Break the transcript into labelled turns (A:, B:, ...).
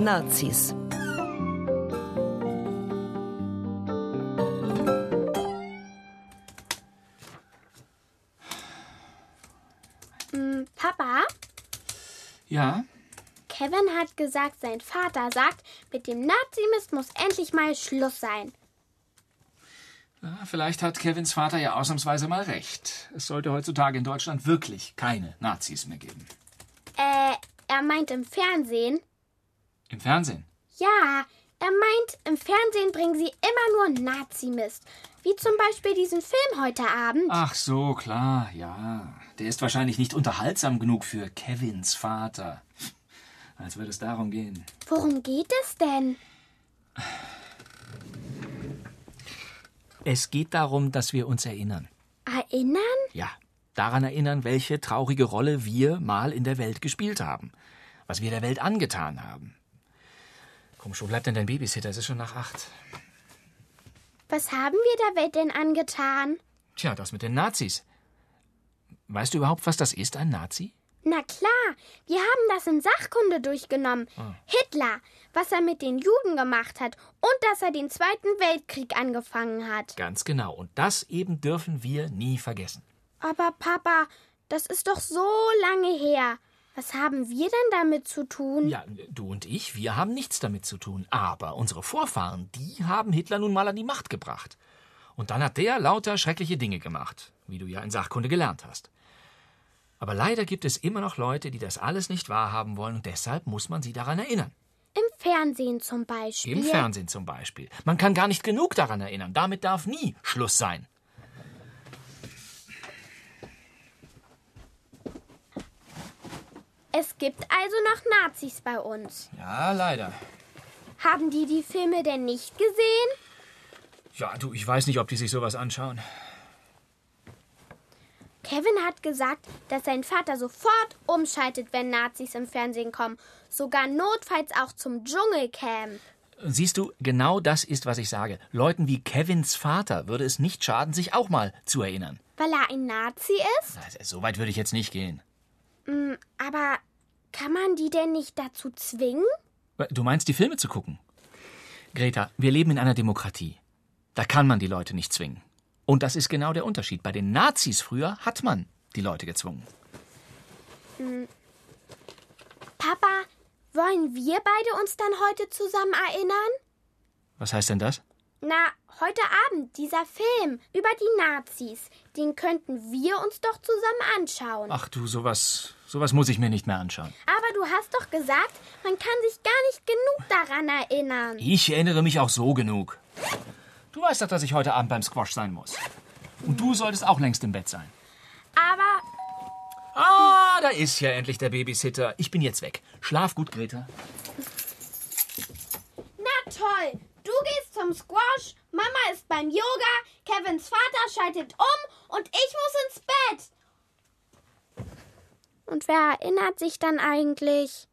A: Nazis.
B: Mm, Papa,
C: Ja,
B: Kevin hat gesagt, sein Vater sagt, mit dem Nazimist muss endlich mal Schluss sein.
C: ja, vielleicht hat Kevins Vater ja ausnahmsweise mal recht. Es sollte heutzutage in Deutschland wirklich keine Nazis mehr geben.
B: Äh, er meint im Fernsehen.
C: Im Fernsehen.
B: Ja, er meint, im Fernsehen bringen sie immer nur Nazimist. Wie zum Beispiel diesen Film heute Abend.
C: Ach so, klar, ja. Der ist wahrscheinlich nicht unterhaltsam genug für Kevins Vater. Als würde es darum gehen.
B: Worum geht es denn?
C: Es geht darum, dass wir uns erinnern.
B: Erinnern?
C: Ja, daran erinnern, welche traurige Rolle wir mal in der Welt gespielt haben. Was wir der Welt angetan haben. Komm schon, bleib denn dein Babysitter, es ist schon nach acht.
B: Was haben wir der Welt denn angetan?
C: Tja, das mit den Nazis. Weißt du überhaupt, was das ist, ein Nazi?
B: Na klar, wir haben das in Sachkunde durchgenommen. Hitler, was er mit den Juden gemacht hat und dass er den Zweiten Weltkrieg angefangen hat.
C: Ganz genau. Und das eben dürfen wir nie vergessen.
B: Aber Papa, das ist doch so lange her. Was haben wir denn damit zu tun?
C: Ja, du und ich, wir haben nichts damit zu tun. Aber unsere Vorfahren, die haben Hitler nun mal an die Macht gebracht. Und dann hat der lauter schreckliche Dinge gemacht, wie du ja in Sachkunde gelernt hast. Aber leider gibt es immer noch Leute, die das alles nicht wahrhaben wollen und deshalb muss man sie daran erinnern.
B: Im Fernsehen zum Beispiel.
C: Im Fernsehen zum Beispiel. Man kann gar nicht genug daran erinnern. Damit darf nie Schluss sein.
B: Es gibt also noch Nazis bei uns.
C: Ja, leider.
B: Haben die die Filme denn nicht gesehen?
C: Ja, du, ich weiß nicht, ob die sich sowas anschauen.
B: Kevin hat gesagt, dass sein Vater sofort umschaltet, wenn Nazis im Fernsehen kommen. Sogar notfalls auch zum Dschungelcamp.
C: Siehst du, genau das ist, was ich sage. Leuten wie Kevins Vater würde es nicht schaden, sich auch mal zu erinnern.
B: Weil er ein Nazi ist?
C: Also, So weit würde ich jetzt nicht gehen.
B: Aber kann man die denn nicht dazu zwingen?
C: Du meinst, die Filme zu gucken? Greta, wir leben in einer Demokratie. Da kann man die Leute nicht zwingen. Und das ist genau der Unterschied. Bei den Nazis früher hat man die Leute gezwungen.
B: Papa, wollen wir beide uns dann heute zusammen erinnern?
C: Was heißt denn das?
B: Na, heute Abend dieser Film über die Nazis, den könnten wir uns doch zusammen anschauen.
C: Ach du, sowas, sowas muss ich mir nicht mehr anschauen.
B: Aber du hast doch gesagt, man kann sich gar nicht genug daran erinnern.
C: Ich erinnere mich auch so genug. Du weißt doch, dass ich heute Abend beim Squash sein muss. Und du solltest auch längst im Bett sein.
B: Aber
C: Ah, da ist ja endlich der Babysitter. Ich bin jetzt weg. Schlaf gut, Greta.
B: na toll, du gehst zum Squash, Mama ist beim Yoga, Kevins Vater schaltet um und ich muss ins Bett. Und wer erinnert sich dann eigentlich?